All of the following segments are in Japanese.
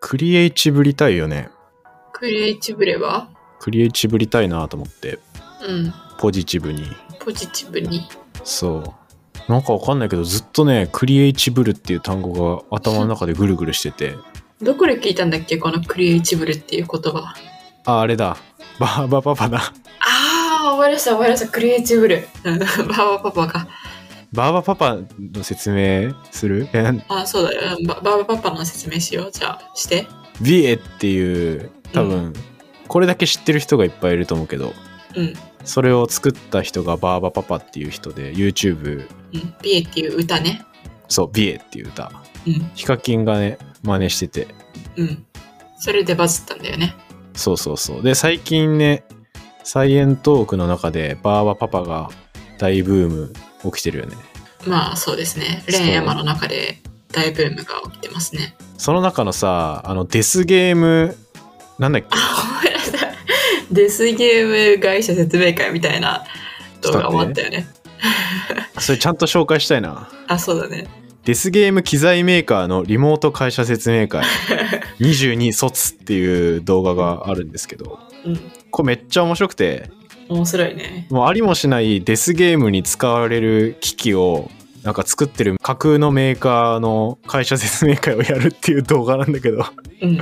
クリエイチブりたいよね。クリエイティブレはクリエイチブりたいなと思って、うん。ポジティブに。ポジティブに。そう。なんかわかんないけど、ずっとね、クリエイチブルっていう単語が頭の中でぐるぐるしてて、どこで聞いたんだっけこのクリエイティブルっていう言葉。あ、あれだ。バーバパパだ。ああ、思い出した思い出した。クリエイティブル。うん バーバパパが。バーバパパの説明するえなんあそうだよ。うんババーバパパの説明しよう。じゃあ、して。ビエっていう、多分、これだけ知ってる人がいっぱいいると思うけど、うん。それを作った人がバーバパパっていう人で、YouTube、うん。ビエっていう歌ね。そう、ビエっていう歌。うん。ヒカキンがね、真似してて。うん。それでバズったんだよね。そうそうそう。で、最近ね、サイエントークの中で、バーバパパが大ブーム起きてるよね。まあそうですね。レンヤマの中で大ブームが起きてますね。その中のさ、あの、デスゲーム、なんだっけあ、ごめんなさい。デスゲーム会社説明会みたいな動画もあったよね。それちゃんと紹介したいな。あ、そうだね。デスゲーム機材メーカーのリモート会社説明会22卒っていう動画があるんですけど、うん。これめっちゃ面白くて、面白いね。もうありもしないデスゲームに使われる機器をなんか作ってる架空のメーカーの会社説明会をやるっていう動画なんだけど、うん。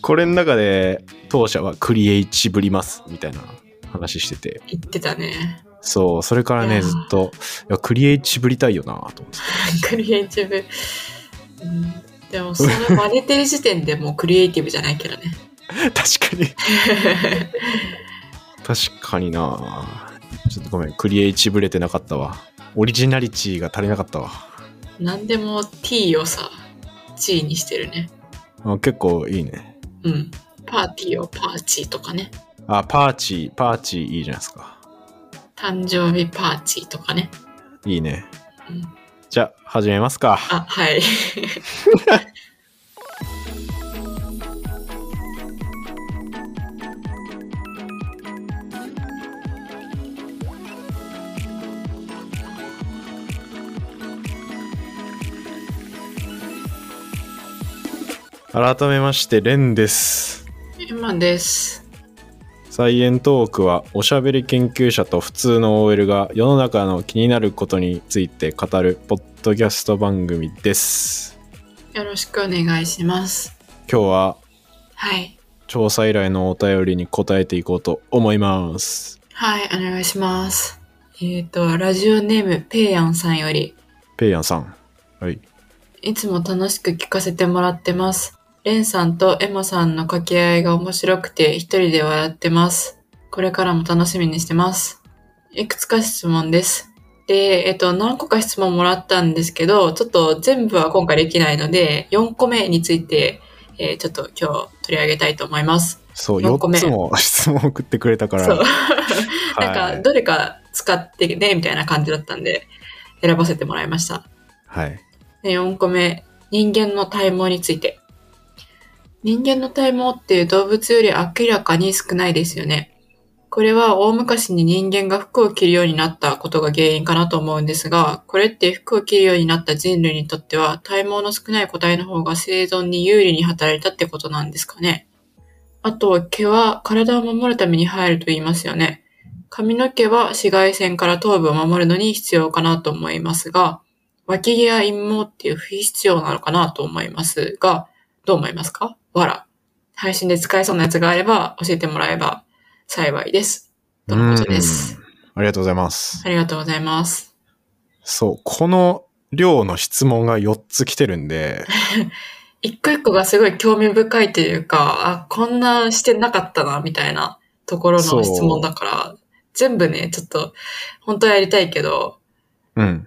これの中で当社はクリエイチブリますみたいな話してて、言ってたね。そう、それからいやね、ーずっと、いやクリエイチブリたいよなと思ってクリエイティブ。うん、でもそれ真似てる時点でもうクリエイティブじゃないけどね。た。確 かに。確かになちょっとごめんクリエイチブレてなかったわオリジナリティが足りなかったわ何でも T をさ、G にしてるね。あ結構いいねうん。パーティーをパーチーとかね。あパーチーパーチーいいじゃないですか誕生日パーチーとかね。いいねうん、じゃあ始めますかあ、はい。改めましてレンです今です。サイエントークはおしゃべり研究者と普通の OL が世の中の気になることについて語るポッドキャスト番組ですよろしくお願いします。今日ははい。調査依頼のお便りに答えていこうと思いますはい、お願いします。えっ、と、ラジオネーム、ペイヤンさんより、ペイヤンさん。はい。いつも楽しく聞かせてもらってます。レンさんとエマさんの掛け合いが面白くて一人で笑ってます。これからも楽しみにしてます。いくつか質問です。で、えっと、何個か質問もらったんですけど、ちょっと全部は今回できないので、4個目について、えーちょっと今日取り上げたいと思います。そう、六個4目つも質問送ってくれたから。そう。 はなんい、か、どれか使ってね、みたいな感じだったんで、選ばせてもらいました。はい。で、4個目。人間の体毛について。人間の体毛って動物より明らかに少ないですよね。これは大昔に人間が服を着るようになったことが原因かなと思うんですが、これって服を着るようになった人類にとっては体毛の少ない個体の方が生存に有利に働いたってことなんですかね。あと、毛は体を守るために生えると言いますよね。髪の毛は紫外線から頭部を守るのに必要かなと思いますが、脇毛や陰毛っていう不必要なのかなと思いますが、どう思いますかわら。配信で使えそうなやつがあれば教えてもらえば幸いです。とのことですうん。ありがとうございます。ありがとうございます。そう、この量の質問が4つ来てるんで、一個一個がすごい興味深いというか、あ、こんなしてなかったな、みたいなところそのう質問だから、全部ね、ちょっと、本当はやりたいけど、うん。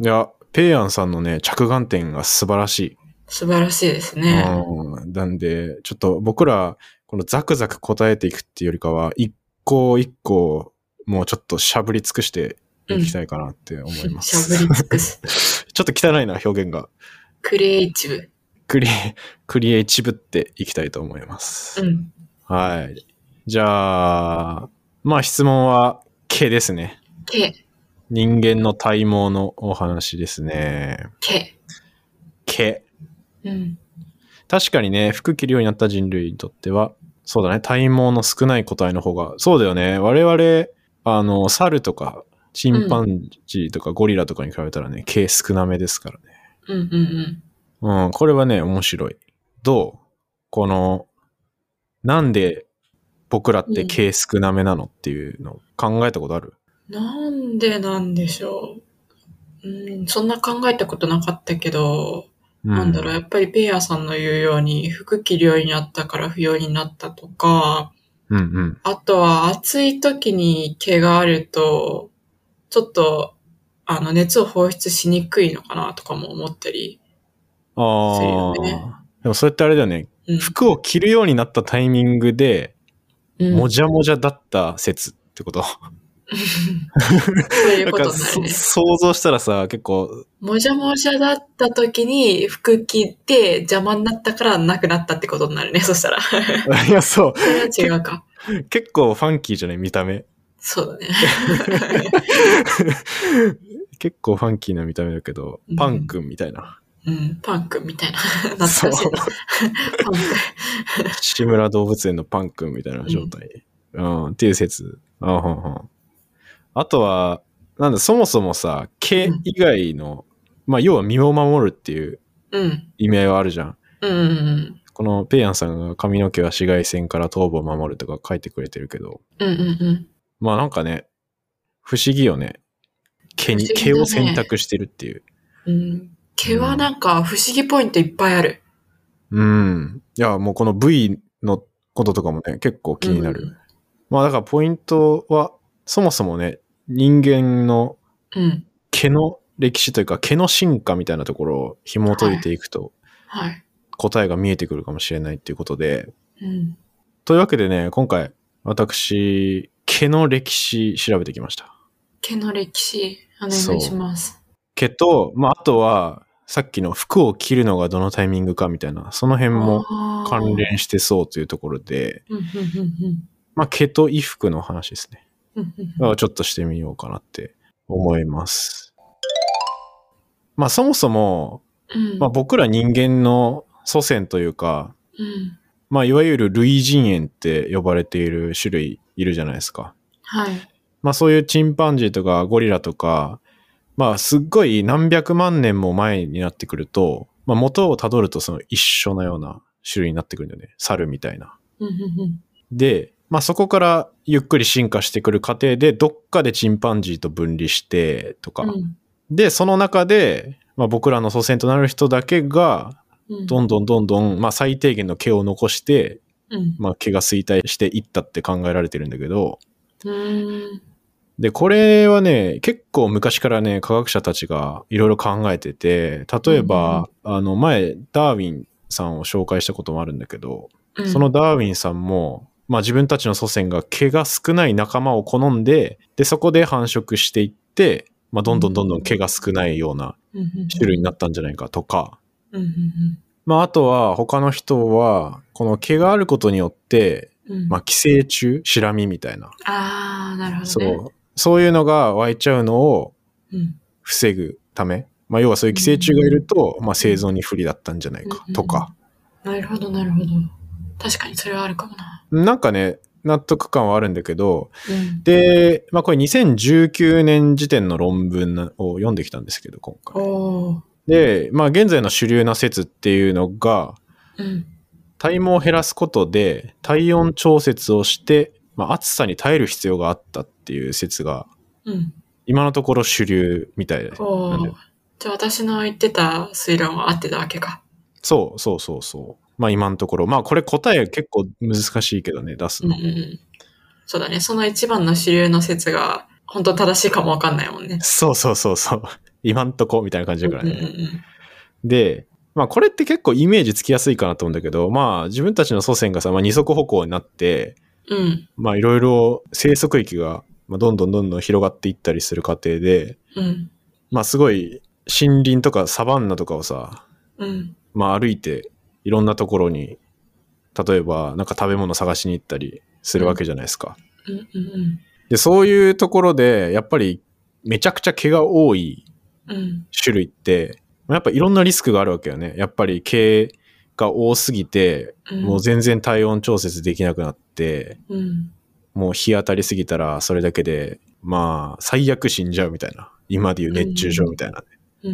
いや、ペイヤンさんのね、着眼点が素晴らし素晴らしいですい。ね。うん。なんで、ちょっと僕ら、このザクザク答えていくっていうよりかは、一個一個、もうちょっとしゃぶり尽くしてういん。きしゃたいかなって思います。ぶり尽くす。 ちょっと汚いな、表現が。クリエイティクリ、クリエイチブっていきたいと思います。ブ。うん。はい。じゃあ、まあ質問は毛ですね。毛、人間の体毛のお話ですね。毛。毛。うん。確かにね、服着るようになった人類にとっては、そうだね、体毛の少ない個体の方が、そうだよね、我々、あの、猿とか、チンパンジーとかゴリラとかに比べたらね、毛少なめですからね。うんうんうん。うん、これはね、面白い。どうこの、なんで僕らって毛少なめなのっていうの考えたことある、なんでなんでしょう。うん、そんな考えたことなかったけど、うん、なんだろう、やっぱりペアさんの言うように、服着るようになったから不要になったとか、うんうん。あとは暑い時に毛があると、ちょっと、あの、熱を放出しにくいのかなとかも思ったり。そうあよあ、ねでもそれってあれだよね、うん。服を着るようになったタイミングで、うんもじゃもじゃだった説ってこと。そういうなんこかとになるそね。想像したらさ、結構、 もじゃもじゃだった時に服着て邪魔になったからなくなったってことになるね、そしたら。そいや、それは違うか。う、結構ファンキーじゃない見た目。そうだね。結構ファンキーな見た目だけどう、んパン君みたいな。うん、パン君みたいな。懐かしいそうな。パン志村動物園のパン君みたいな状態。うん、っていう説。あほんほんあとは、なんだ、そもそもさ、毛以外の、まあ、要は身を守るっていう君。うん。意味合いはあるじゃん。うんうんこのペイアンさんが髪の毛は紫外線から頭部を守るとか書いてくれてるけど、うん。うんうんうん。まあなんかね、不思議よね。毛に、不思議だね毛を選択してるっていう。うん、毛はなんか不思議ポイントいっぱいある。うん。いや、もうこの V のこととかもね、結構気になる。まあだからポイントは、そもそもね、人間のうん。うん。毛の歴史というか、毛の進化みたいなところを紐解いていくと、はい。答えが見えてくるかもしれないっていうことで、うん。というわけでね、今回、私、毛の歴史調べてきました。毛の歴史、お願そういします。毛と、まあ、あとは、さっきの服を着るのがどのタイミングかみたいな、その辺もあー関。連してそうというところで、うんうんうんまあ、毛と衣服の話ですね。うんうんうんまあちょっとしてみようかなって思います。まあ、そもそも、うん。まあ、僕ら人間の祖先というか、うん。まあ、いわゆる類人猿って呼ばれている種類いるじゃないですか。はい。まあそういうチンパンジーとかゴリラとか、まあすっごい何百万年も前になってくると、まあ元をたどるとその一緒のような種類になってくるんだよね。猿みたいな。うんうんうんで、まあそこからゆっくり進化してくる過程で、どっかでチンパンジーと分離してとか。うんで、その中で、まあ僕らの祖先となる人だけが、うん。どんどんどんどん、まあ最低限の毛を残して、うん。まあ毛が衰退していったって考えられてるんだけど、うーん。で、これはね、結構昔からね、科学者たちがいろいろ考えてて、例えば、あの、前、ダーウィンさんを紹介したこともあるんだけど、うんその、ダーウィンさんも、まあ自分たちの祖先が毛が少ない仲間を好んで、で、そこで繁殖していって、まあどんどんどんどん毛が少ないようなうんうんうん種類になったんじゃないかとか、うんうんまああとは他の人は、この毛があることによって、うんうんまあ寄生虫、シラミみたいな、ああ、なるほどね。そう、そういうのが湧いちゃうのを、うん。防ぐため、まあ、要はそういう寄生虫がいると、まあ、生存に不利だったんじゃないかうんとか、なるほど、なるほど。確かにそれはあるかもな。なんかね納得感はあるんだけどうん。で、まあ、これ2019年時点の論文なを読んできたんですけど今回おー。で、まあ、現在の主流な説っていうのがうん。体毛を減らすことで体温調節をして、まあ、暑さに耐える必要があったっていう説がうん。今のところ主流みたいですおなんーで。じゃあ私の言ってた推論は合ってたわけか。そうそうそうそうまあ今のところまあこれ答え結構難しいけどね出すうんのう、んうんそうだね。その一番の主流の説が、本当正しいかもわかんないもんね。そうそうそうそう。 今んとこみたいな感じだからうんうね。んうんで、まあこれって結構イメージつきやすいかなと思うんだけど、まあ自分たちの祖先がさ、まあ二足歩行になって、うん。まあいろいろ生息域がまあどんどんどんどん広がっていったりする過程で、うん。まあすごい森林とかサバンナとかをさ、うん。まあ歩いていろんなところに、例えばなんか食べ物探しに行ったりするわけじゃないですか。うん。うんで、そういうところでやっぱりめちゃくちゃ毛が多いうん。うん。種類って、やっぱいろんなリスクがあるわけよね。やっぱり毛が多すぎて、うんもう全然体温調節できなくなって、うん。もう日当たりすぎたらそれだけで、まあ、最悪死んじゃうみたいな。今でいう熱中症みたいなね、うん。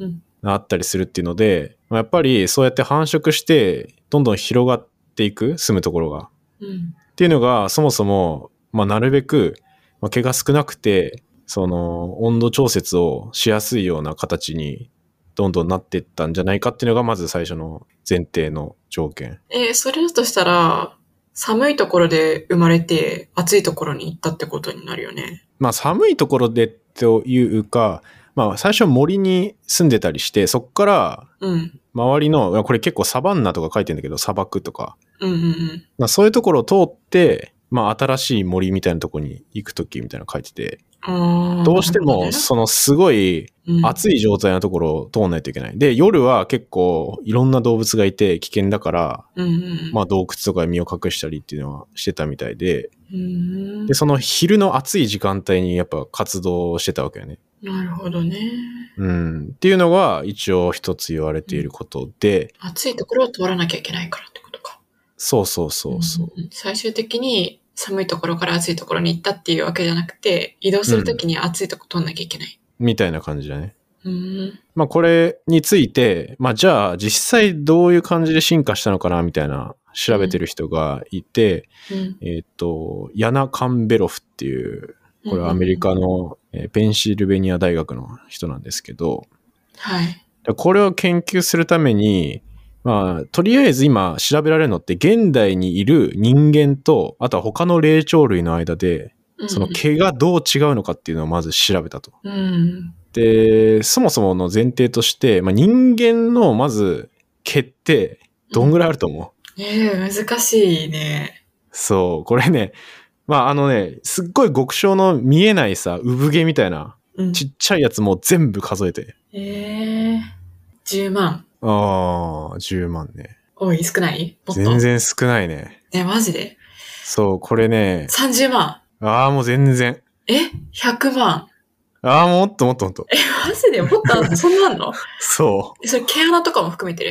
うん。うん。あったりするっていうので、まあやっぱりそうやって繁殖して、どんどん広がっていく、住むところが。うん。っていうのが、そもそも、まあ、なるべく、まあ、毛が少なくて、その、温度調節をしやすいような形に、どんどんなっていったんじゃないかっていうのが、まず最初の前提の条件。えーそれだとしたら、寒いところで生まれて、暑いところに行ったってことになるよね。まあ、寒いところでというか、まあ、最初森に住んでたりして、そこから、うん。周りの、これ結構サバンナとか書いてんだけど、砂漠とか、うんうんうん。まあ、そういうところを通って、まあ、新しい森みたいなところに行くときみたいなの書いてて、あーどうしてなるほも、ねそのすごいうん暑い状態のところを通らないといけない。で、夜は結構いろんな動物がいて危険だから、うんうん。まあ洞窟とかに身を隠したりっていうのはしてたみたいで、うんで、その昼の暑い時間帯にやっぱ活動してたわけよね。なるほどね。うん。っていうのが一応一つ言われていることで、暑いところを通らなきゃいけないからってことか。そうそうそうそう。うんうん最終的に寒いところから暑いところに行ったっていうわけじゃなくて、移動するときに暑いとこ通んなきゃいけない。みたいな感じだね。うん。まあこれについて、まあじゃあ実際どういう感じで進化したのかなみたいな調べてる人がいて、うん。えっ、と、ヤナ・カンベロフっていう、これはアメリカの、えーペンシルベニア大学の人なんですけど、はい。でこれを研究するために、まあ、とりあえず今調べられるのって、現代にいる人間と、あとは他の霊長類の間で、その毛がどう違うのかっていうのをまず調べたと。うん。で、そもそもの前提として、まあ、人間のまず毛ってどんぐらいあると思う、ええ難しいね。そう、これね、まああのね、すっごい極小の見えないさ、産毛みたいな、うん、ちっちゃいやつもう全部数えて。ええ10万。ああ、10万ね。多い少ないもっと。全。然少ないね。え、マジでそう、これね、 ?30 万。ああ、もう全然。え ?100 万。ああ、もっともっともっと。マジでもっとあ んのそんなんあんのそえそれ毛穴とかも含めてる。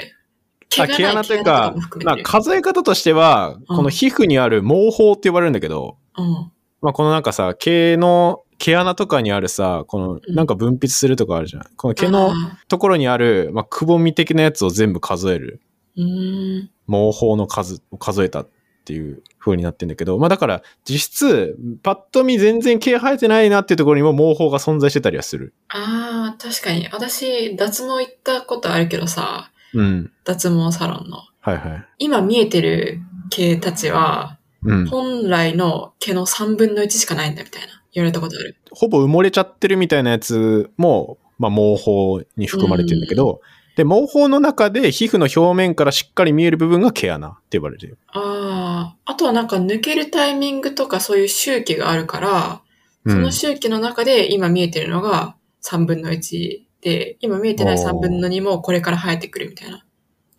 う。あがない毛穴というか毛穴とも、 含まめあてる。数え方としては、この皮膚にある毛包って呼ばれるんだけど、うん。まあこのなんかさ、毛の、毛穴とかにあるさ、このうんなんか分泌するとかあるじゃん。この毛のあところにある、まあくぼみ的なやつを全部数える。ー。うーん。毛包の数を数えたっていう風になってんだけど、まあだから実質、パッと見全然毛生えてないなっていうところにも毛包が存在してたりはする。ああ、確かに。私、脱毛行ったことあるけどさ、うん。脱毛サロンの。はいはい。今見えてる毛たちは、うん。本来の毛の3分の1しかないんだみたいな。言われたことある。ほぼ埋もれちゃってるみたいなやつも、まあ毛包に含まれてるんだけど、で、毛包の中で皮膚の表面からしっかり見える部分が毛穴って呼ばれてる。ああ、あとはなんか抜けるタイミングとかそういう周期があるから、その周期の中で今見えてるのが3分の1で、今見えてない3分の2もこれから生えてくるみたいな。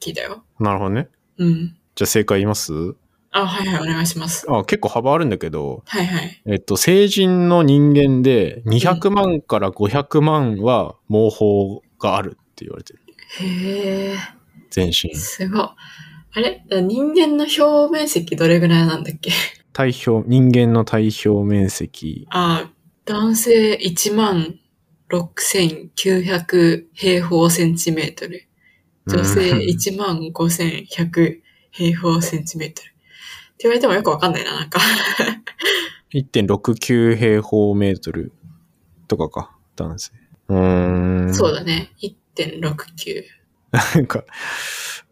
聞いたよ。うん。なるほどね。うん。じゃあ正解言いますあ、はいはい、お願いします。あ結構幅あるんだけど、はいはい。えっと、成人の人間で200万から500万は毛包があるって言われてる。へえ、全身。すごい。あれ人間の表面積どれぐらいなんだっけ体表、人間の体表面積。あ、男性1万6900平方センチメートル。女性うん1万5100平方センチメートル。って言われてもよくわかんないな、なんか。 1.69平方メートルとかか、男性。うーん。そうだね。1.69。なんか、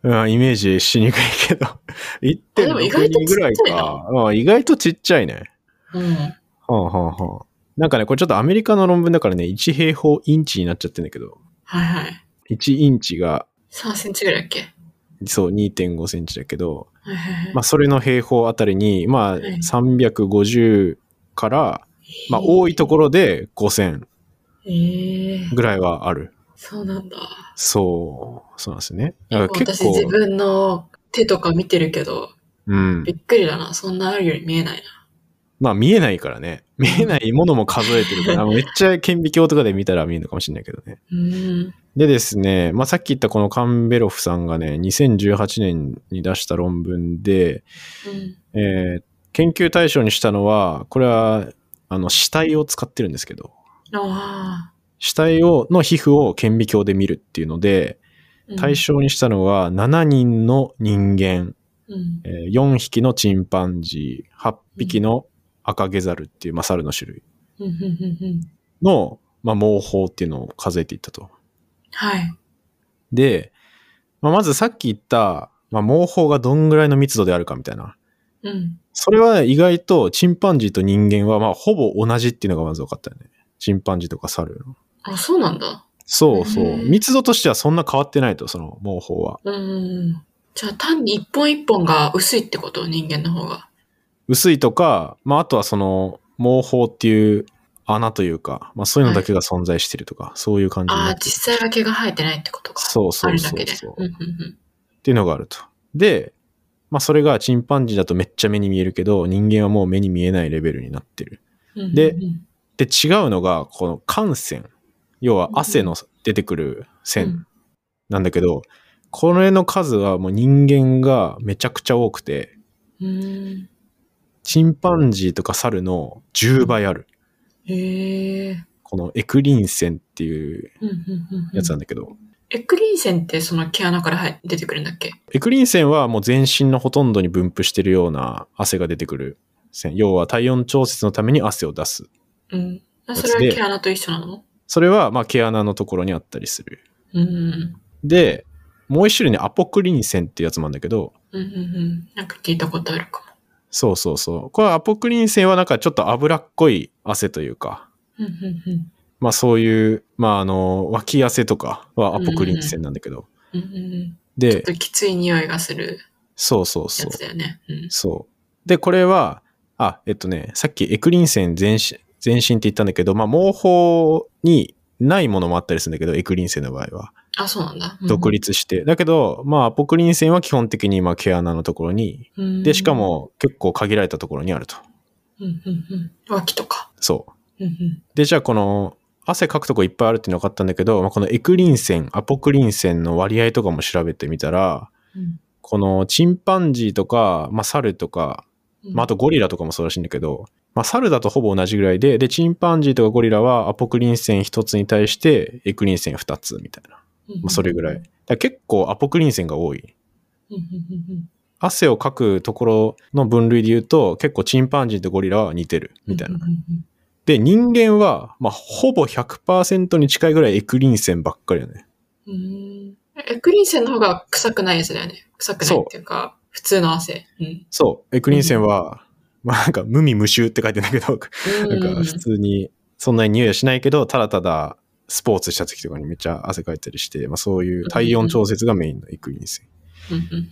うん、イメージしにくいけ ど。でも意外とち1.62っちゃいなぐらいか。うん意外とちっちゃいね。うん。はあ、はあはあ、なんかね、これちょっとアメリカの論文だからね、1平方インチになっちゃってんだけど、はいはい。 1インチが3センチぐらいだっけそう、2.5センチだけど、はいはいはい。まあ、それの平方あたりに、まあ、い350から、まあ、多いところで5000えー、ぐらいはある。そうなんだ。そう、そうなんですね。だから結私自構、分の手とか見てるけど、うんび。っくりだな。そんなあるより見えないまあ、見えないからね。見えないものも数えてるから、めっちゃ顕微鏡とかで見たら見えるのかもしれないけどね。な。うん。でですね、まあ、さっき言ったこのカンベロフさんがね、2018年に出した論文で、うん。えー研究対象にしたのは、これは、あの、死体を使ってるんですけど、あ死体を、の皮膚を顕微鏡で見るっていうので、あ。対象にしたのは7人の人間、うん。えー4匹のチンパンジー、8匹の赤ゲザルっていう、まあ、猿の種類うん。うん。うん。うん。の、まあ、毛包っていうのを数えていったと。はい。で、まあ、まずさっき言った、まあ、毛包がどんぐらいの密度であるかみたいな。うん。それは意外とチンパンジーと人間はまあほぼ同じっていうのがまず分かったよね。チンパンジーとか猿の。あ、そうなんだ。そうそへう。ー密度としてはそんな変わってないと、その毛包は。うん。じゃあ単に一本一本が薄いってこと人間の方が。薄いとか、まああとはその毛包っていう穴というか、まあそういうのだけが存在してるとか、そういう感じにあなあっ、てる。実際は毛が生えてないってことか。そうあそうるだそけうで。そう。うん。うん。っていうのがあると。で、まあそれがチンパンジーだとめっちゃ目に見えるけど、人間はもう目に見えないレベルになってる。うんでうんうんで、違うのが、この汗腺。要は汗の出てくる腺なんだけど、これの数はもう人間がめちゃくちゃ多くて、うん。チンパンジーとか猿の10倍ある。へえ。このエクリン腺っていううんうんうんうんやつなんだけど、エクリン腺ってその毛穴から入出てくるんだっけエクリン腺はもう全身のほとんどに分布してるような汗が出てくる腺。要は体温調節のために汗を出す。うん。あつそでれは毛穴と一緒なのそれはまあ毛穴のところにあったりする。うん。うんで、もう一種類ね、アポクリン腺っていうやつもあるんだけど、うんうん。なんか聞いたことあるかそうそうそう。これはアポクリン腺はなんかちょっと脂っこい汗というか、も。うんうんうん。まあそういう、まああの、脇汗とかはアポクリン腺なんだけど。うんうんうん、ちょでっと、きつい匂いがするそうそうそやう。つだよね。うんそう。で、これは、あ、えっとね、さっきエクリン腺全身、全身って言ったんだけど、まあ毛包にないものもあったりするんだけど、エクリン腺の場合は。あ、そうなんだ。うん独立して。だけど、まあアポクリン腺は基本的にまあ毛穴のところに、うんで、しか、も結構限られたところにあると。うんうんうん、脇とか。そう。うんで、じゃあこの汗かくとこいっぱいあるっていうの分かったんだけど、まあ、このエクリン腺、アポクリン腺の割合とかも調べてみたら、うんこのチンパンジーとか、まあ、猿とか、うん、まあ、あとゴリラとかもそうらしいんだけど、まあ、猿だとほぼ同じぐらいで、で、チンパンジーとかゴリラはアポクリン腺1つに対してエクリン腺2つみたいな。うんうん、まあ、それぐらい。だから結構アポクリン腺が多い。うんうん汗をかくところの分類で言うと、結構チンパンジーとゴリラは似てるうん。みたいなうん。うんで、人間は、まあ、ほぼ100%に近いぐらいエクリン腺ばっかりよね。うんうんエクリン腺の方が臭くないやつだよね。臭くないっていうか、普通の汗。うん。そう。エクリン腺は、まあ、なんか、無味無臭って書いてないけど、なんか、普通に、そんなに匂いはしないけど、ただただ、スポーツした時とかにめっちゃ汗かいたりして、まあ、そういう体温調節がメインのエクリン腺。うんうん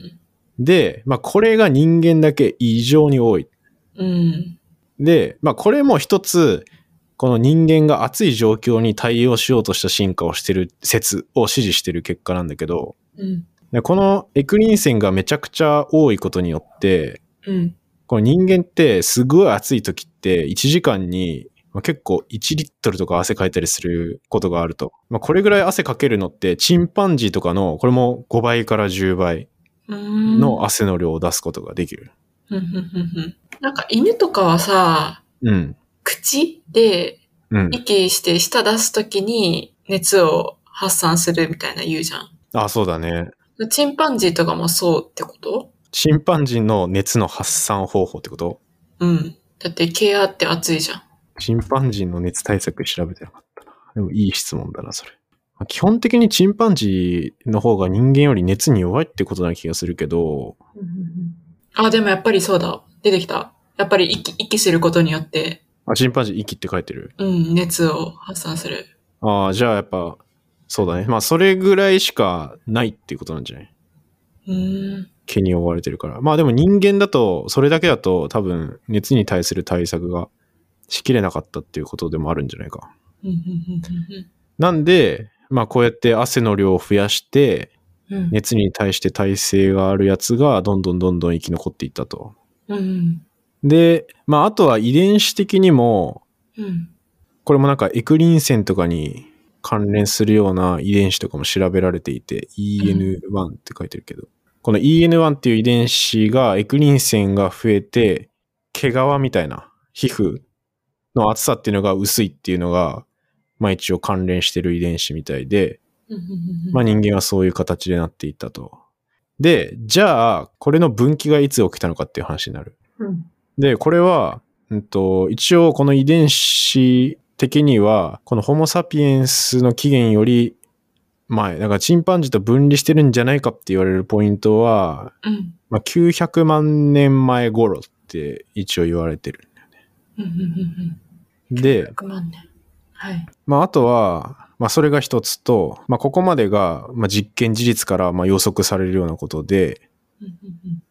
で、まあ、これが人間だけ異常に多い。うん。うん。で、まあ、これも一つ、この人間が暑い状況に対応しようとした進化をしてる説を支持してる結果なんだけど、うん。でこのエクリン腺がめちゃくちゃ多いことによって、うん。この人間ってすごい暑い時って1時間にまあ結構1リットルとか汗かいたりすることがあると。まあ、これぐらい汗かけるのってチンパンジーとかのこれも5倍から10倍うん。の汗の量を出すことができる。うんうんうんうん。なんか犬とかはさ、うん。口でうん。息して舌出すときに熱を発散するみたいな言うじゃん。あ、そうだね。チンパンジーとかもそうってことチンパンジーの熱の発散方法ってことうん。だってケアって熱いじゃん。チンパンジーの熱対策調べてなかったな。でもいい質問だな、それ。まあ基本的にチンパンジーの方が人間より熱に弱いってことな気がするけど、あ、でもやっぱりそうだ。出てきた。やっぱり息、息することによって、あ、チンパンジー息って書いてる。うん、熱を発散する。ああ、じゃあやっぱ、そうだね。まあそれぐらいしかないっていうことなんじゃないうーん。毛に覆われてるから。まあでも人間だと、それだけだと多分熱に対する対策がしきれなかったっていうことでもあるんじゃないか。うんうんなんで、まあこうやって汗の量を増やして、うんうんうん熱に対して耐性があるやつがどんどんどんどん生き残っていったと。うんで、まああとは遺伝子的にも、うんこれもなんかエクリン腺とかに関連するような遺伝子とかも調べられていて、EN1 って書いてるけど、この EN1 っていう遺伝子がエクリン腺が増えて、毛皮みたいな皮膚の厚さっていうのが薄いっていうのが、まあ一応関連してる遺伝子みたいで、まあ人間はそういう形でなっていったと。で、じゃあ、これの分岐がいつ起きたのかっていう話になる。うんで、これは、うんと、一応この遺伝子的には、このホモ・サピエンスの起源より前、だからチンパンジーと分離してるんじゃないかって言われるポイントは、うんまあ、900万年前頃って一応言われてる。うんうんうんで、 100万年はいまあ、あとは、まあ、それが一つと、まあ、ここまでが、まあ、実験事実からまあ予測されるようなことで、うんうん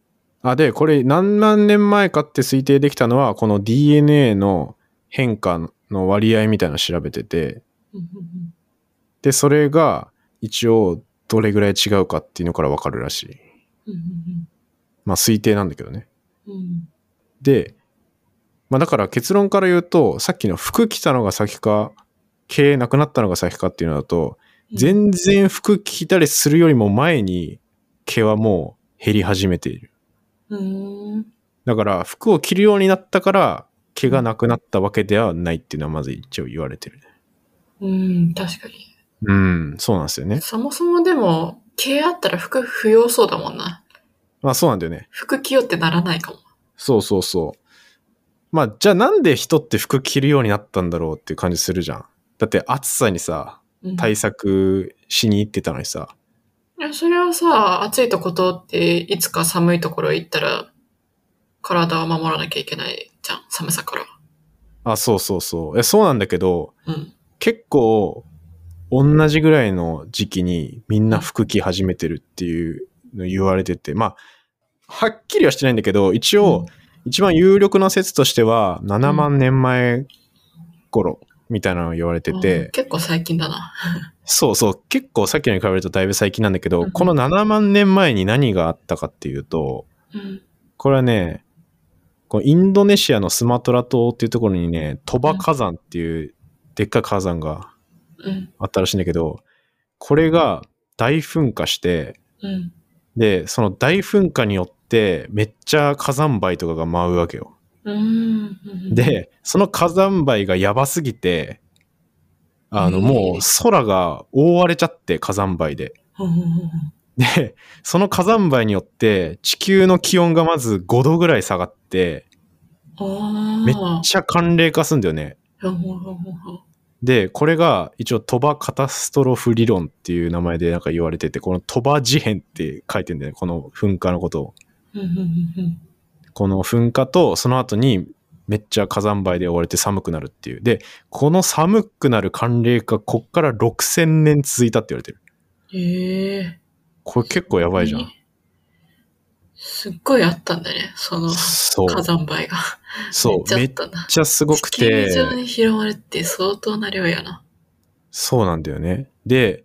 あ、で、これ何万年前かって推定できたのは、この DNA の変化の割合みたいなのを調べてて、うんうんうんで、それが一応どれぐらい違うかっていうのからわかるらしい。うんうんまあ推定なんだけどね。うんうんで、まあだから結論から言うと、さっきの服着たのが先か、毛なくなったのが先かっていうのだと、全然服着たりするよりも前に毛はもう減り始めている。うーんだから服を着るようになったから毛がなくなったわけではないっていうのはまず一応言われてる。うん確かにうん、そうなんですよね。そもそもでも毛あったら服不要そうだもんなまあそうなんだよね。服着ようってならないかもそうそうそう。まあじゃあなんで人って服着るようになったんだろうっていう感じするじゃん。だって暑さにさ、うん対策しに行ってたのにさ。いやそれはさ、暑いとことって、いつか寒いところへ行ったら、体は守らなきゃいけないじゃん、寒さから。あ、そうそうそう。え、そうなんだけど、うん。結構同じぐらいの時期にみんな服着始めてるっていうの言われてて、まあ、はっきりはしてないんだけど、一応、一番有力な説としては7万年前頃みたいなのを言われてて、うん結構最近だな。そうそう結構さっきのに比べるとだいぶ最近なんだけど、うんこの7万年前に何があったかっていうとうん。これはねこうインドネシアのスマトラ島っていうところにね鳥羽火山っていうでっかい火山がうん。あったらしいんだけどこれが大噴火してうん。でその大噴火によってめっちゃ火山灰とかが舞うわけよ。うん。うん、で、その火山灰がやばすぎて、あの、うんもう空が覆われちゃって、火山灰で。うんうんうんで、その火山灰によって、地球の気温がまず5度ぐらい下がって、うん、めっあーちゃ寒冷化すんだよね。うんうんうんうんで、これが一応鳥羽カタストロフ理論っていう名前でなんか言われてて、この鳥羽事変って書いてんだよね、この噴火のことを。うんうんうんこの噴火とその後にめっちゃ火山灰で覆われて寒くなるっていう。で、この寒くなる寒冷化、こっから6000年続いたって言われてる。へえ。これ結構やばいじゃん。。すっごいあったんだね、そのそう。火山灰が。そう。めめっっ ちゃあったんだ。ちゃすごくて地球、上に広まるって相当な量やな。そうなんだよね。で、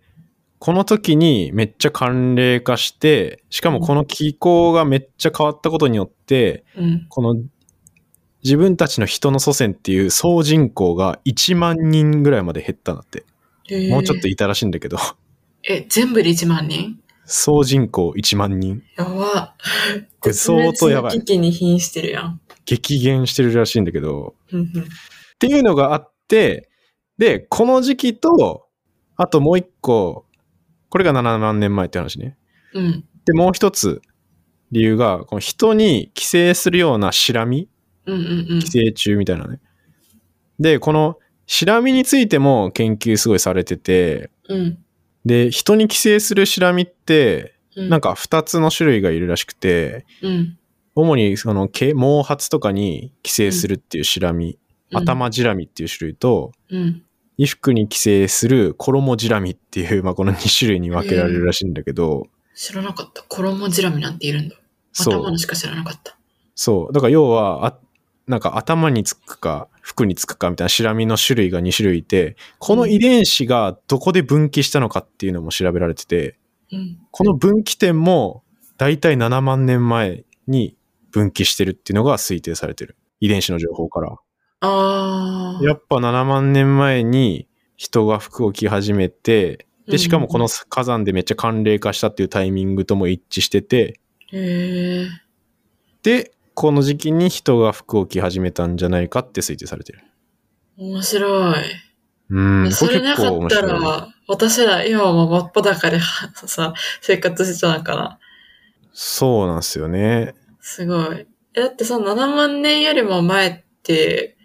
この時にめっちゃ寒冷化して、しかもこの気候がめっちゃ変わったことによって、うん。この自分たちの人の祖先っていう総人口が1万人ぐらいまで減ったんだって。へーもうちょっといたらしいんだけど。え、全部で1万人総人口1万人。やば。 これ相当やば絶滅のい。危機に瀕してるやん。激減してるらしいんだけど。うんっていうのがあって、で、この時期と、あともう一個、これが7万年前って話ね。うん。うんで、もう一つ理由が、この人に寄生するようなシラミ、うんうん寄生虫みたいなね。で、このシラミについても研究すごいされてて、うん。で、人に寄生するシラミって、うん。なん、か2つの種類がいるらしくて、うん。主にその毛毛髪とかに寄生するっていうシラミ、頭ジラミっていう種類と、うん。衣服に寄生する衣ジラミっていう、まあ、この2種類に分けられるらしいんだけど、知らなかった。衣ジラミなんているんだ。そ頭うのしか知らなかった。そうだから要はあなんか頭につくか服につくかみたいなシラミの種類が2種類いてこの遺伝子がどこで分岐したのかっていうのも調べられててうん。この分岐点も大体7万年前に分岐してるっていうのが推定されてる遺伝子の情報から。ああ。やっぱ7万年前に人が服を着始めて、で、しかもこの。の火山でめっちゃ寒冷化したっていうタイミングとも一致してて、へえ。で、この時期に人が服を着始めたんじゃないかって推定されてる。面白い。うん、それこな結か構っ面た白いら、私ら今はもう真っ裸でさ、生活してたのかな。そうなんですよね。すごい。えだってさ、7万年よりも前って、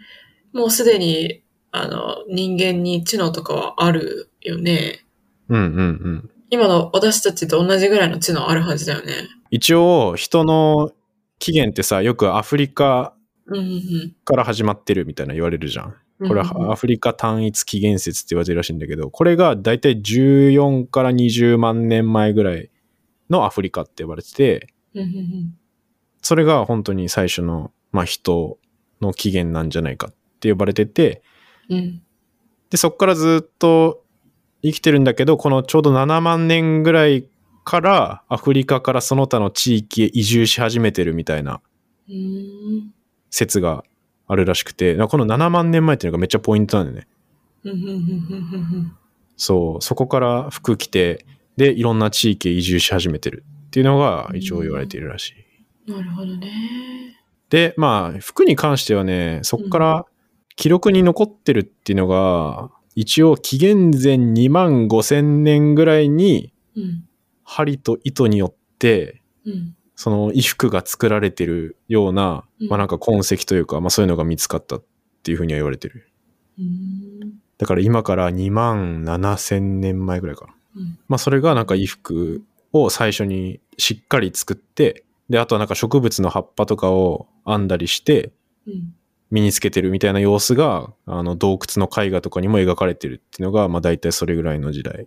もうすでに、あの、人間に知能とかはあるよね。うんうんうん。今の私たちと同じぐらいの知能あるはずだよね。一応、人の起源ってさ、よくアフリカうんうんから始まってるみたいな言われるじゃん。うん。これうんうんはアフリカ単一起源説って言われてるらしいんだけど、これがだいたい14から20万年前ぐらいのアフリカって呼ばれてて、うんうんうんそれが本当に最初の、まあ、人の起源なんじゃないかって呼ばれてて、うん。で、そこからずっと生きてるんだけど、このちょうど7万年ぐらいからアフリカからその他の地域へ移住し始めてるみたいなうーん。説があるらしくて、なんかこの7万年前っていうのがめっちゃポイントなんだよね。うんうんうんうんそう、そこから服着て、で、いろんな地域へ移住し始めてるっていうのが一応言われているらしい。うんうんなるほどね。で、まあ、服に関してはね、そこから記録に残ってるっていうのが、一応紀元前2万5千年ぐらいに、うん。針と糸によって、うん。その衣服が作られてるような、うんまあなんか痕跡というか、まあそういうのが見つかったっていうふうには言われてる。うん。だから今から2万7千年前ぐらいかな。うんまあそれがなんか衣服を最初にしっかり作って、で、あとはなんか植物の葉っぱとかを編んだりして、うん。身につけてるみたいな様子があの洞窟の絵画とかにも描かれてるっていうのが、まあ、大体それぐらいの時代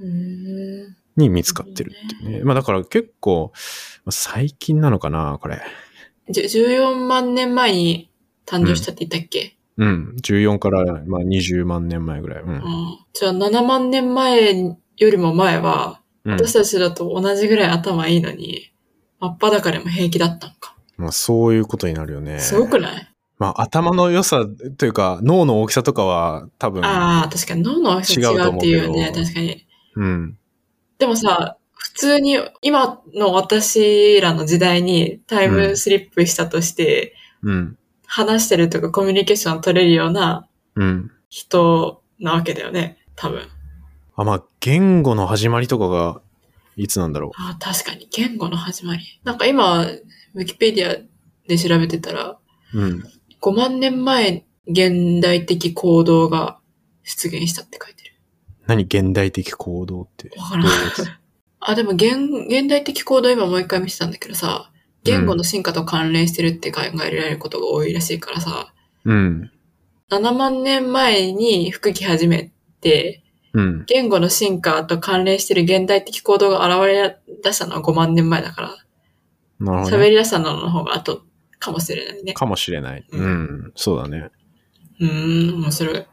へーに見つかってるっていうね、まあ、だから結構まあ最近なのかなこれじゅ14万年前に誕生したって言ったっけ、うん14から、まあ、20万年前ぐらい、ううんんじゃあ7万年前よりも前は、うん私たちだと同じぐらい頭いいのに、真っ裸でも平気だったのか。まあ、そういうことになるよねすごくない、まあ、頭の良さというか脳の大きさとかは多分ああ、確かに脳の大きさ違うっていうよ違うと思ねうけど確かに。うんでもさ、普通に今の私らの時代にタイムスリップしたとして、うん話してるとかコミュニケーション取れるようなうん人なわけだよね。多分。あまあ言語の始まりとかがいつなんだろああ、確かに。言語の始まり。なんか今、ウィキペディアで調べてたら、ううん5万年前、現代的行動が出現したって書いてる。何現代的行動 ってわからん。あ、でも現、現代的行動今もう一回見てたんだけどさ、言語の進化と関連してるって考えられることが多いらしいからさ、うん7万年前に服着始めて、うん言語の進化と関連してる現代的行動が現れ出したのは5万年前だから、なるほど、ね喋り出したのの方が後かもしれないね。かもしれない。ううんん、そうだね。うーん、面白い。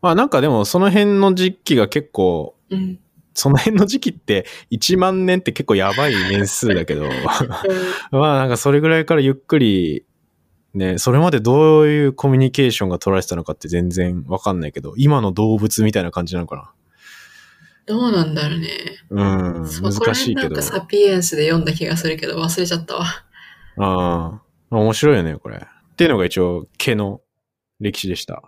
まあなんかでもその辺の時期が結構、うん。その辺の時期って1万年って結構やばい年数だけど、 まあなんかそれぐらいからゆっくり、ね、それまでどういうコミュニケーションが取られてたのかって全然わかんないけど、今の動物みたいな感じなのかどうなんだろうね。な。うん、そこら難し辺いなけんどか。サピエンスで読んだ気がするけど忘れちゃったわ。ああ、面白いよね、これ。っていうのが一応、毛の歴史でした。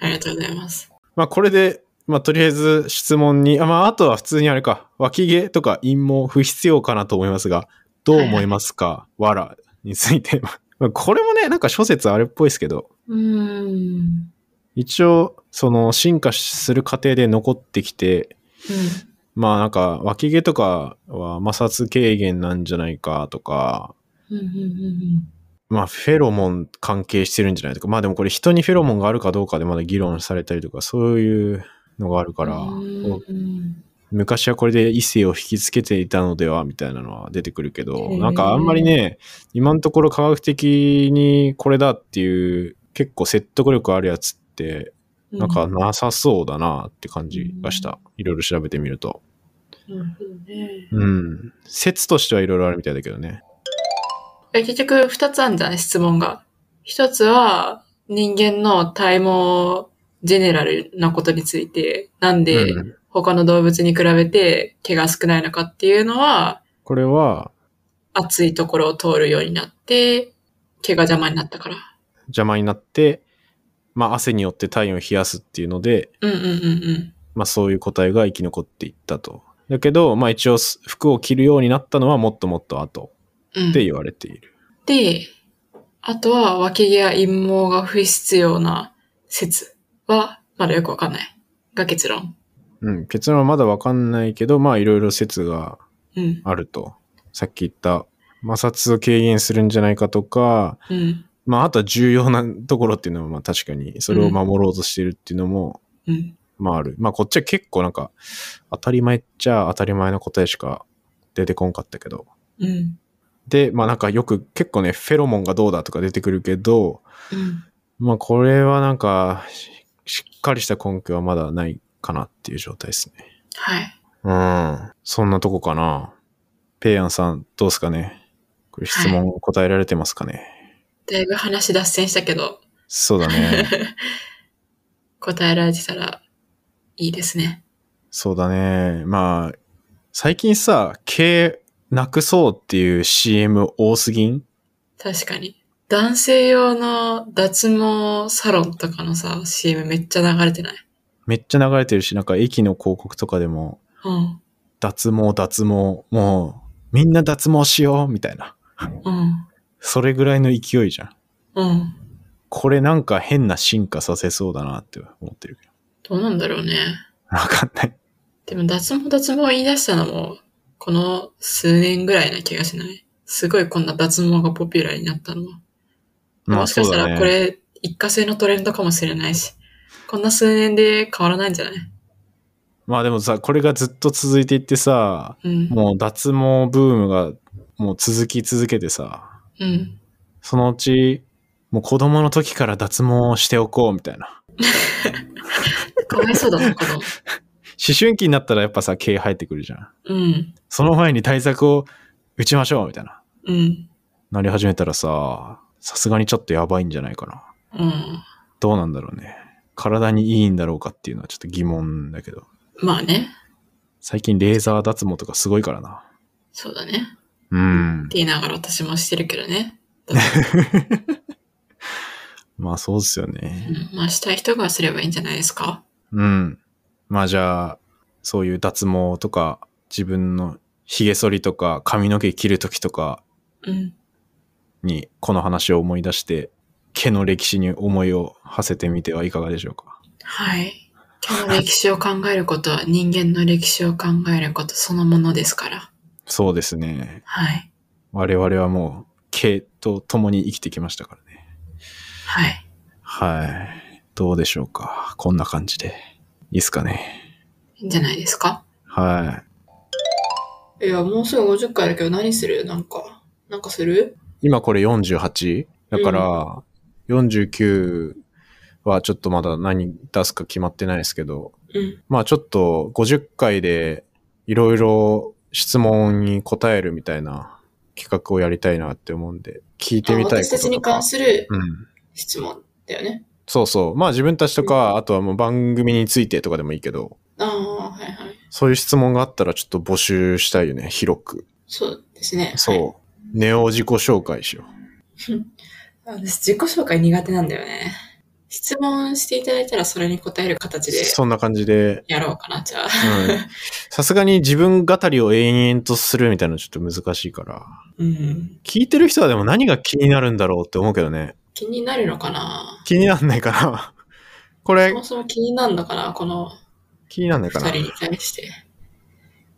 ありがとうございます。まあこれで、まあとりあえず質問に、あまああとは普通にあれか、脇毛とか陰毛不必要かなと思いますが、どう思いますか、わらについて。 まあこれもね、なんか諸説あれっぽいですけど、うーん。一一応、その進化する過程で残ってきて、うん。まあなんか脇毛とかは摩擦軽減なんじゃないかとか、うんうんうんまあフェロモン関係してるんじゃないとか、まあでもこれ人にフェロモンがあるかどうかでまだ議論されたりとか、そういうのがあるうかん。ら、うん昔はこれで異性を引きつけていたのではみたいなのは出てくるけへど、ーなんかあんまりね、今のところ科学的にこれだっていう結構説得力あるやつって、うなんかなさそうだなって感じがした。いろいろ調べてみると。なるほどねうん。説としてはいろいろあるみたいだけどね。え結局二つあるんじゃない質問が。一つは人間の体毛ジェネラルなことについて、なんでうん他の動物に比べて毛が少ないのかっていうのは、これは熱いところを通るようになって、毛が邪魔になったから。邪魔になって、まあ、汗によって体温を冷やすっていうので、うんうんうんうん。まあ、そういう個体が生き残っていったと。だけど、まあ、一応服を着るようになったのはもっともっと後うん、って言われている。で、あとは脇毛や陰毛が不必要な説は、まだよくわかんない。が結論。うん、結論はまだわかんないけど、まあ、いろいろ説がうん。あると。さっき言った摩擦を軽減するんじゃないかとか、うん。まあ、あとは重要なところっていうのは、まあ、確かに、それを守ろうとしてるっていうのも、うん。まあある。まあこっちは結構なんか、当たり前っちゃ当たり前の答えしか出てこんかったけど。うん。で、まあなんかよく結構ね、フェロモンがどうだとか出てくるけど、うん。まあこれはなんか、ししっかりした根拠はまだないかなっていう状態ですね。はい。うん。そんなとこかな。ペイアンさん、どうですかねこれ質問答えられてますかね、だいぶ話脱線したけど、そうだね。 答えられてたらいいですね。そうだね。まあ、最近さ、毛なくそうっていう CM 多すぎん確かに。男性用の脱毛サロンとかのさ、CM めっちゃ流れてない。めっちゃ流れてるし、なんか駅の広告とかでも、うん。脱毛、脱毛、もう、みんな脱毛しよう、みたいな。うん。それぐらいの勢いじゃん。うん。これなんか変な進化させそうだなって思ってるけど。どうなんだろうね。わかんない。でも脱毛脱毛言い出したのも、この数年ぐらいな気がしない。すごいこんな脱毛がポピュラーになったのは。まもあしかそしうただらこね。れ一過性のトレンドかもしれないし、こんな数年で変わらないんじゃないまあでもさ、これがずっと続いていってさ、うん。もう脱毛ブームがもう続き続けてさ、うん。そのうち、もう子供の時から脱毛しておこうみたいな。かわいそうだな、この。思春期になったらやっぱさ、毛生えてくるじゃん。うん。その前に対策を打ちましょうみたいな。うん。なり始めたらさ、さすがにちょっとやばいんじゃないかな。うん。どうなんだろうね。体にいいんだろうかっていうのはちょっと疑問だけど。まあね。最近レーザー脱毛とかすごいからな。そうだね。うんっ。て言いながら私もしてるけどね。 まあそうですようね。ん、まあしたい人がすればいいんじゃないですかうん。まあじゃあ、そういう脱毛とか、自分の髭剃りとか髪の毛切るときとかうん。にこの話を思い出して、毛の歴史に思いを馳せてみてはいかがでしょうか。はい。今日の歴史を考えることは人間の歴史を考えることそのものですから。そうですね。はい。我々はもう毛と共に生きてきましたからね。はい。はい。どうでしょうか。こんな感じで。いいっすかね。いいんじゃないですかはいや、もうすぐ50回だけど何するなんか。なんかするい。今これ 48? だから、49はちょっとまだ何出すか決まってないですけど、うん。まあちょっと50回でいろいろ質問に答えるみたいな企画をやりたいなって思うんで、聞いてみたいこ私たとちとにか関。するうん。質問だよね。そうそう。まあ自分たちとか、あとはもう番組についてとかでもいいけど、ああ、はいはい。そういう質問があったらちょっと募集したいよね、広く。そうですね。はい。そう。ネオ自己紹介しよ私自己紹介苦手なんだよね。質問していただいたらそれに答える形う。でそんな感じ で、やろうかな、じゃあ。うん。さすがに自分語りを延々とするみたいなのちょっと難しいから。うん。聞いてる人はでも何が気になるんだろうって思うけどね。気になるのかな気になんないかな。 こそれもそも気になるのかなこの気になんない二かな人。に対して。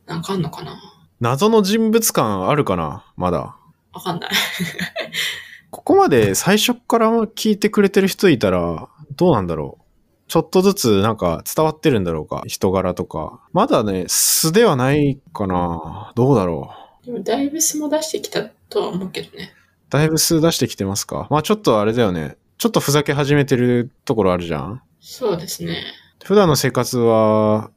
なんかあんのかな謎の人物感あるかなまだ。わかんない。ここまで最初から聞いてくれてる人いたらどうなんだろうちょっとずつなんか伝わってるんだろうか人柄とか。まだね、素ではないかなどうだろうでもだいぶ素も出してきたとは思うけどね。だいぶ数出してきてますかまあちょっとあれだよね。ちょっとふざけ始めてるところあるじゃんそうですね。普段の生活は、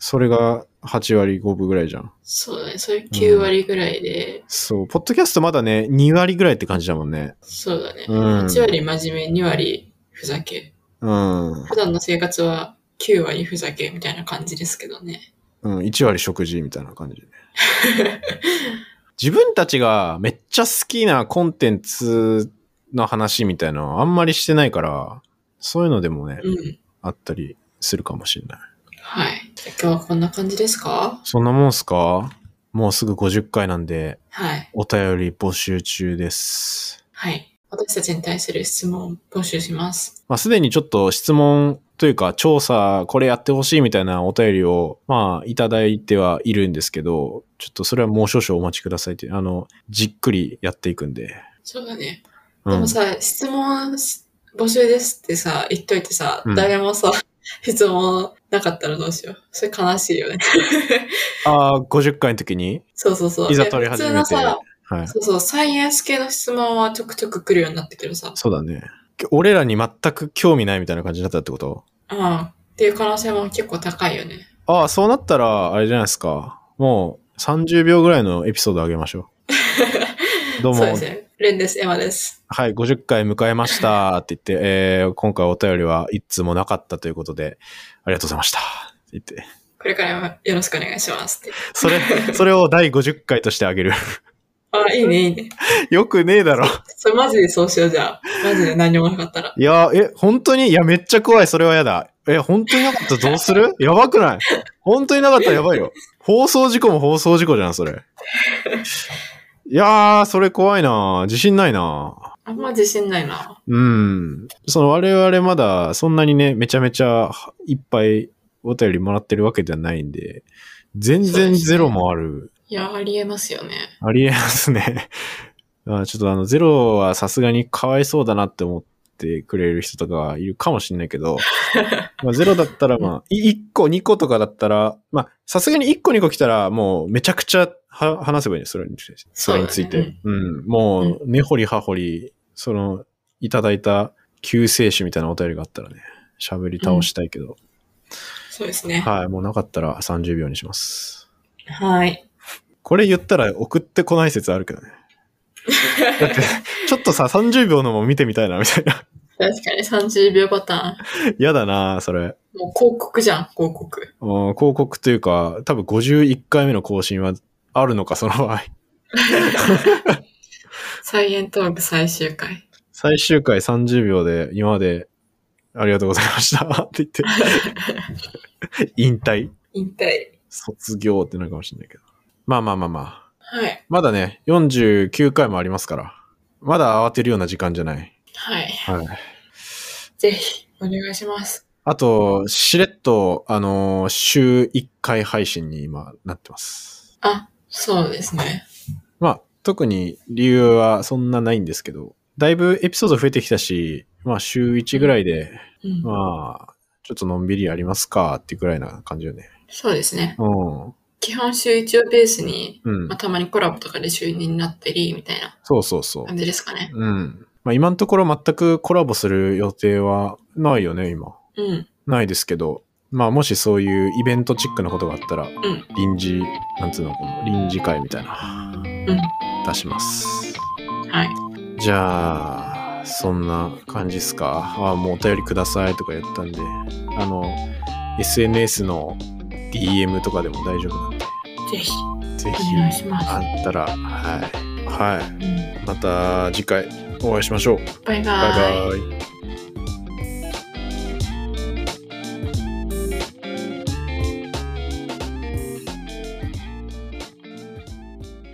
それが8割5分ぐらいじゃん。そうだね。そういう9割ぐらいで、そう、ポッドキャストまだね、2割ぐらいって感じだもんね。そうだね。うん1割真面目、2割ふざけ。うん。普段の生活は9割ふざけみたいな感じですけどね。うん、1割食事みたいな感 じで。自分たちがめっちゃ好きなコンテンツの話みたいなのはあんまりしてないから、そういうのでもね、うん。あったりするかもしれない。はい。じゃあ今日はこんな感じですかそんなもんすかもうすぐ50回なんで、はい。お便り募集中です。はい。私たちに対する質問を募集します。まあ、すでにちょっと質問というか、調査、これやってほしいみたいなお便りを、まあ、いただいてはいるんですけど、ちょっとそれはもう少々お待ちくださいって、あの、じっくりやっていくんで。そうだね。うでんも、さ、質問し募集ですってさ、言っといてさ、うん誰もさ、 質問なかったらどうしよう。それ悲しいよね。 ああ、50回の時にそうそうそう。いざ取り始めてえ普通のさ、はい。そうそう、サイエンス系の質問はちょくちょく来るようになったけどさ、そうだね。俺らに全く興味ないみたいな感じになったってことうん。っていう可能性も結構高いよね。ああ、そうなったら、あれじゃないですか。もう30秒ぐらいのエピソードあげましょ う。どうもそう、ですね。レンです、エマです。はい、50回迎えましたって言って、えー今回お便りは一通もなかったということで、ありがとうございましたって言って。これからもよろしくお願いしますって。そ れ、それを第50回としてあげる。あ、いいね、いいね。 よくねえだろ。それマジでそうしようじゃあ。マジで何もなかったら。いや、え、本当にいや、めっちゃ怖い。それはやだ。え、本当になかったらどうす るやばくない本当になかったらやばいよ。放送事故も放送事故じゃん、そ れ。いやー、それ怖いな自信ないなあんま自信ないな。うん。その我々まだそんなにね、めちゃめちゃいっぱいお便りもらってるわけではないんで、全そう然ですねゼロもある。いや、ありえますよね。ありえますね。 あちょっとあの、ゼロはさすがにかわいそうだなって思ってくれる人とかはいるかもしれないけ ど、まあゼロだったらまあ、い1個2個とかだったら、まあ、さすがに1個2個来たらもうめちゃくちゃは話せばいいんです、それについて。それについて。そううだねん。もう、根掘り葉掘り、その、いただいた救世主みたいなお便りがあったらね、喋り倒したいけど、そうですね。はい、もうなかったら30秒にします。はい。これ言ったら送ってこない説あるけどね。だって、ちょっとさ、30秒のも見てみたいな、みたいな。 確かに30秒パタ嫌だな、それ。ーン。もう広告じゃん、広告。うん広告というか、多分51回目の更新はあるのか、その場合。サイエントーク最終回。最終回30秒で、今までありがとうございました って言って、引退引退。卒業ってなるかもしれないけど。まあまあまあまあ。はい。まだね、49回もありますから。まだ慌てるような時間じゃない。はい。はい。ぜひ、お願いします。あと、しれっと、あのー週1回配信に今なってます。あ、そうですね。まあ、特に理由はそんなないんですけど、だいぶエピソード増えてきたし、まあ、週1ぐらいで、うん。まあ、ちょっとのんびりやりますかっていうぐらいな感じよね。そうですね。うん。基本週1をベースに、うんまあ、。たまにコラボとかで週2になったり、みたいなそうそうそう。感じですかね。うん。まあ、今のところ全くコラボする予定はないよね、今。うん。ないですけど、まあ、もしそういうイベントチックなことがあったら、ん臨時、なんつうの、この臨時会みたいな、う出します。ん。はい。じゃあ、そんな感じですか。あもうお便りくださいとか言ったんで、あの、SNS の DM とかでも大丈夫なんで、ぜひ、ぜお願いひ、します。あったら、はい。はうんい。また次回お会いしましょう。バイババイ。イバイ。